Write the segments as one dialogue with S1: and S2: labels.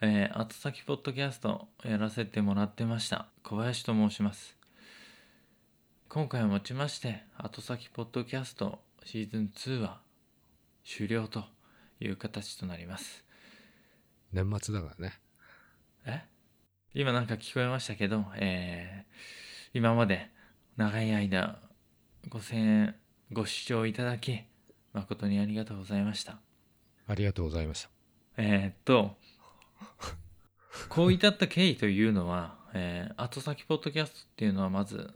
S1: えー、後先ポッドキャストやらせてもらってました小林と申します今回をもちまして後先ポッドキャストシーズン2は終了という形となります
S2: 年末だからね。
S1: え今なんか聞こえましたけど、えー今まで長い間ご声援ご視聴いただき誠にありがとうございました
S2: ありがとうございました。
S1: えーっとこう至った経緯というのは、えー後先ポッドキャストっていうのはまず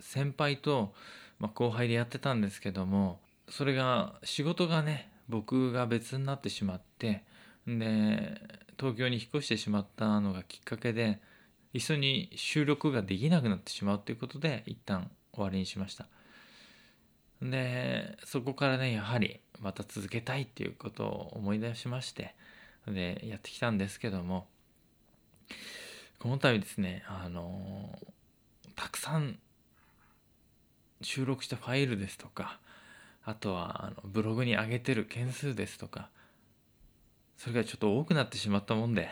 S1: 先輩と、まあ、後輩でやってたんですけどもそれが仕事がね僕が別になってしまってで東京に引っ越してしまったのがきっかけで一緒に収録ができなくなってしまうということで一旦終わりにしましたでそこからねやはりまた続けたいっていうことを思い出しましてでやってきたんですけどもこの度ですねあのたくさん収録したファイルですとかあとはあのブログに上げてる件数ですとかそれがちょっと多くなってしまったもんで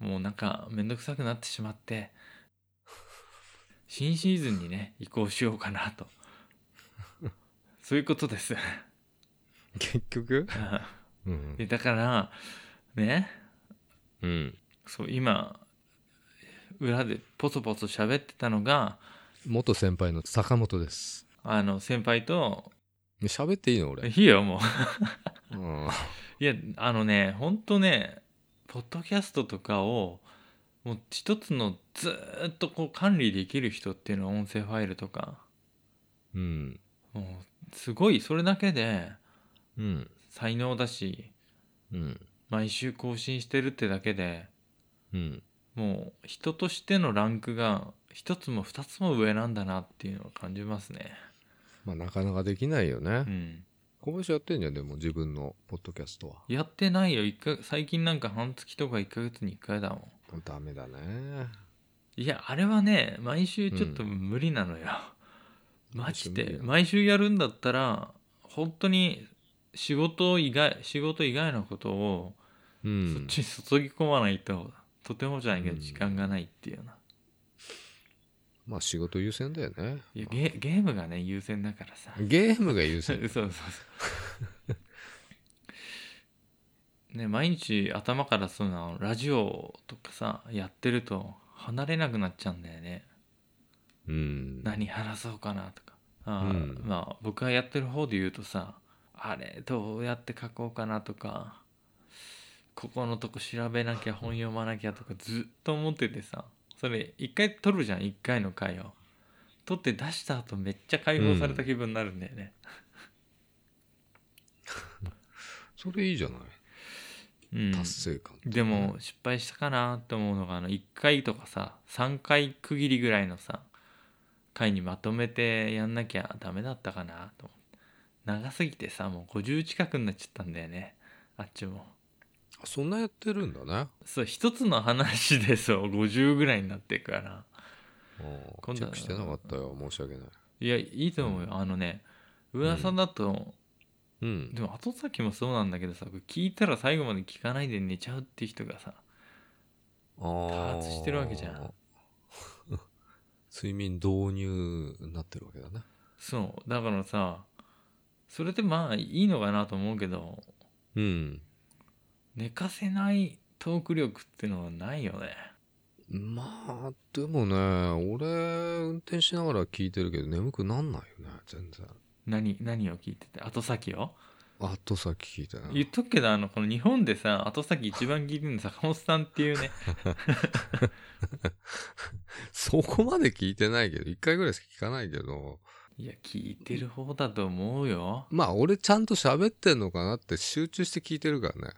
S1: もうなんか面倒くさくなってしまって新シーズンにね移行しようかなとそういうことです
S2: 結局うん
S1: でだからね
S2: うん。
S1: そう今裏でポソポソ喋ってたのが
S2: 元先輩の坂本です。
S1: あの先輩と
S2: 喋っていいの
S1: 「
S2: 俺。
S1: いいよもう」
S2: うん。
S1: いやあのねほんとねポッドキャストとかをもう一つのずーっとこう管理できる人っていうのは音声ファイルとか
S2: うん。
S1: もうすごいそれだけで
S2: うん。
S1: 才能だし
S2: うん。
S1: 毎週更新してるってだけで
S2: うん。
S1: もう人としてのランクが一つも二つも上なんだなっていうのを感じますね。
S2: まあなかなかできないよ
S1: う
S2: ね。
S1: ん、
S2: 小林やってんじゃん、でも自分のポッドキャストは。
S1: やってないよ一回最近なんか半月とか1ヶ月に1回だもん。
S2: ダメだね。
S1: いやあれはね毎週ちょっと無理なの よ、マジで毎週やるんだったら本当に仕事以外仕事以外のことを
S2: う
S1: そっ
S2: ん。
S1: ちに注ぎ込まないと、とてもじゃないけど
S2: うん
S1: 時間がないっていうような、
S2: まあ仕事優先だよね。
S1: いやゲゲームがね優先だからさそう
S2: ゲームが優
S1: そう
S2: 先。
S1: そうね毎日頭からそのラジオとかさやってると離れなくなっちゃうんだよね
S2: うん。
S1: 何話そうかなとかあー、
S2: うん
S1: まあ僕がやってる方で言うとさあれどうやって書こうかなとかここのとこ調べなきゃ本読まなきゃとかずっと思っててさそれ一回撮るじゃん一回の回を撮って出した後めっちゃ解放された気分になるんだよね
S2: それいいじゃない。
S1: うん、
S2: 達成感。
S1: でも失敗したかなって思うのがあの1回とかさ3回区切りぐらいのさ回にまとめてやんなきゃダメだったかなと思って長すぎてさもう50近くになっちゃったんだよねあっちも
S2: あそんなやってるんだね。
S1: そう一つの話でそう50ぐらいになってくから
S2: う
S1: 今
S2: んチ
S1: 度
S2: ェ
S1: は
S2: ックしてなかったよ。申し訳ない。
S1: いやいいと思うよ、あのね噂だと、
S2: うん。
S1: でも後先もそうなんだけどさこれ聞いたら最後まで聞かないで寝ちゃうって人がさ
S2: 多
S1: 多発してるわけじゃん。
S2: 睡眠導入になってるわけだね。
S1: そうだからさそれでまあいいのかなと思うけど
S2: うん。
S1: 寝かせないトーク力ってのはないよね
S2: まあ、でもね、俺、運転しながら聞いてるけど、眠くなんないよね、全然。
S1: 何何を聞いてて後先を
S2: 後先聞いてな
S1: 言っとくけどあのこの日本でさ後先一番聞いてるの坂本さんって いうね
S2: そこまで聞いてないけど、一回ぐらいしか聞かないけど、
S1: いや聞いてる方だと思うよ
S2: まあ、俺ちゃんと喋ってんのかなって集中して聞いてるから ね。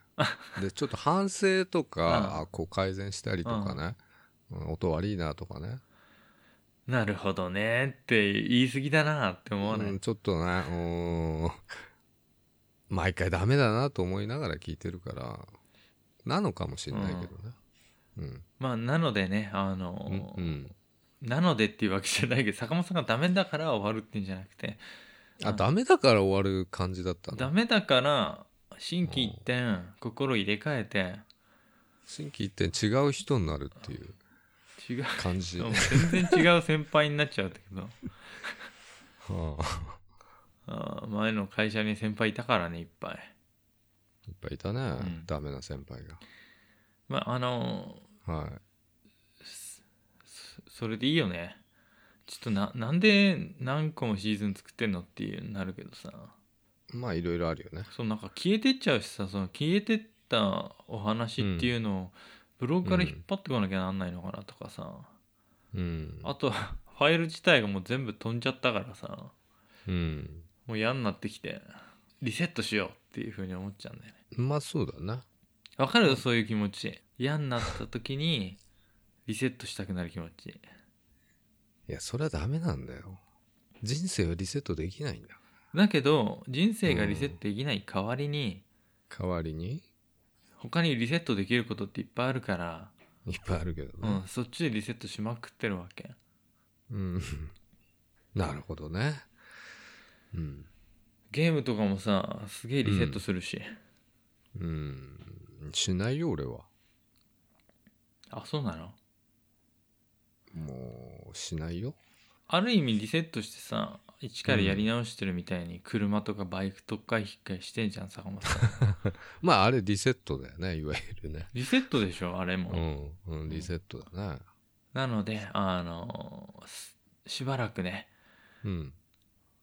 S2: で、ちょっと反省
S1: う
S2: と
S1: ん
S2: か、あこう改善したりとかね、うん音悪いなとかね。
S1: なるほどねって言い過ぎだなって思わない、
S2: うん、ちょっとね、うーん、 毎回ダメだなと思いながら聞いてるから、なのかもしれないけどね。うん。
S1: まあなのでねあの、
S2: うんうん
S1: なのでっていうわけじゃないけど坂本さんがダメだから終わるっていうんじゃなくて
S2: あ、ダメだから終わる感じだったの
S1: ダメだから心機一転心入れ替えて
S2: 新規一点違う人になるっていう
S1: 違 う
S2: 感じ。は
S1: 全然違う先輩になっちゃうんだけど
S2: あ
S1: あー前の会社に先輩いたからねいっぱい
S2: いっぱいいたね、
S1: ん
S2: ダメな先輩
S1: まああの
S2: が。はい。
S1: そそれでいいよねちょっとななんで何個もシーズン作ってんのっていうなるけどさ
S2: まあいろいろあるよね。
S1: そうなんか消えてっちゃうしさその消えてったお話っていうのをブログから引っ張ってこなきゃなんないのかなとかさ、
S2: うん。
S1: あとはファイル自体がもう全部飛んじゃったからさ
S2: うん。
S1: もう嫌になってきてリセットしようっていうふうに思っちゃうんだよね
S2: まあそうだな。
S1: わかるそういう気持ち嫌になった時にリセットしたくなる気持ち
S2: いや、それはダメなんだよ。人生はリセットできないんだ。
S1: だけど人生がリセットできない代わりに
S2: 代わりに、
S1: 他にリセットできることっていっぱいあるから、
S2: いっぱいあるけど
S1: う
S2: ね
S1: ん、。そっちでリセットしまくってるわけ
S2: うん。 なるほどね。うん。
S1: ゲームとかもさすげえリセットするし、
S2: うん。しないよ、俺は。
S1: あそうなの
S2: もう、しないよ。
S1: ある意味リセットしてさ一からやり直してるみたいに車とかバイクとか引っかえしてんじゃん坂本さん
S2: まあ、あれリセットだよね、いわゆるね。
S1: リセットでしょあれも、
S2: うん。うん、リセットだね。
S1: なのであのすしばらくね
S2: うん。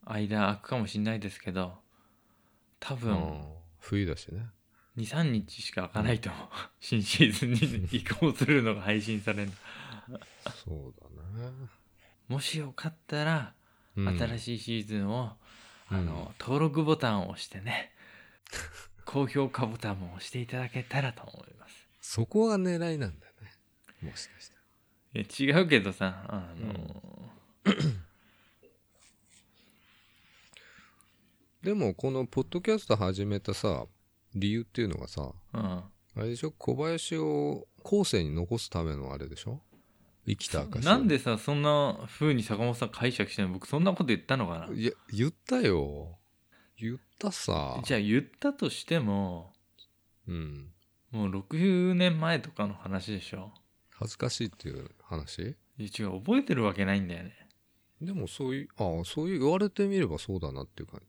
S1: 間空くかもしんないですけど多
S2: う
S1: 分
S2: ん。冬だしね。
S1: 23日しか開かないと思う 新シーズンに移行するのが配信される
S2: そうだね。
S1: もしよかったら
S2: うん
S1: 新しいシーズンを、
S2: うん
S1: あの登録ボタンを押して ね高評価ボタンも押していただけたらと思います
S2: そこが狙いなんだね。もしかしたら。
S1: いや違うけどさあの、
S2: でも、このポッドキャスト始めたさ、理由っていうのがさ、
S1: うん
S2: あれでしょ小林を後世に残すためのあれでしょ生きた証
S1: なんでさそんな風に坂本さん解釈してんの僕そんなこと言ったのか ない
S2: や言ったよ言ったさ
S1: じゃあ言ったとしても
S2: うん
S1: もう60年前とかの話でしょ
S2: 恥ずかしいっていう話
S1: いや違う覚えてるわけないんだよね
S2: でもそういうああそういう言われてみればそうだなっていう感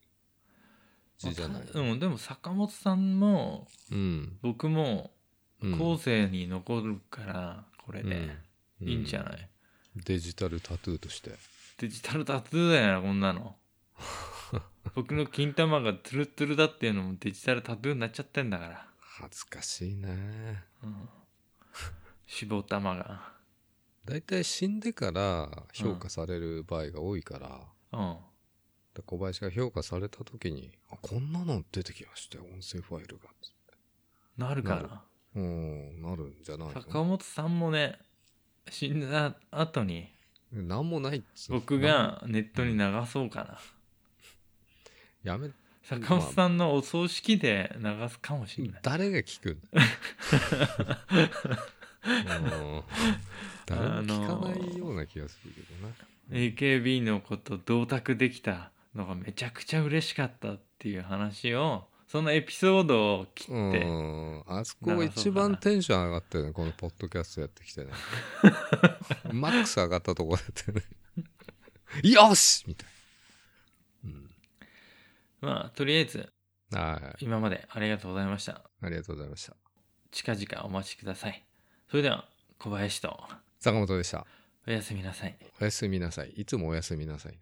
S2: じじゃない
S1: うん、でも坂本さんも
S2: うん
S1: 僕も
S2: うん
S1: 後世に残るからこれで
S2: う
S1: いいんじゃない、
S2: デジタルタトゥーとして
S1: デジタルタトゥーだよなこんな の僕の金玉がツルツルだっていうのもデジタルタトゥーになっちゃってんだから、
S2: 恥ずかしいね
S1: うん、脂肪玉が
S2: だいたい死んでから評価される場合が多いから、
S1: うん
S2: で小林が評価された時にあこんなの出てきましたよ音声ファイルが
S1: なるか
S2: なる
S1: な
S2: うんなるんじゃない
S1: 坂本さんもね死んだ後に
S2: なんもないっつうの
S1: 僕がネットに流そうかな
S2: やめ
S1: 坂本さんのお葬式で流すかもしれない
S2: 誰が聞くんだ うん誰も聞かないような気がするけどな、
S1: AKB のこと同卓できたのがめちゃくちゃ嬉しかったっていう話をそのエピソードを切って、
S2: うんあそこが一番テンション上がったよねこのポッドキャストやってきて ねマックス上がったとこだったよね よしみたい
S1: まあとりあえず
S2: なはい
S1: 今までありがとうございました
S2: ありがとうございました
S1: 近々お待ちくださいそれでは小林と
S2: 坂本でした
S1: おやすみなさい
S2: おやすみなさいいつもおやすみなさい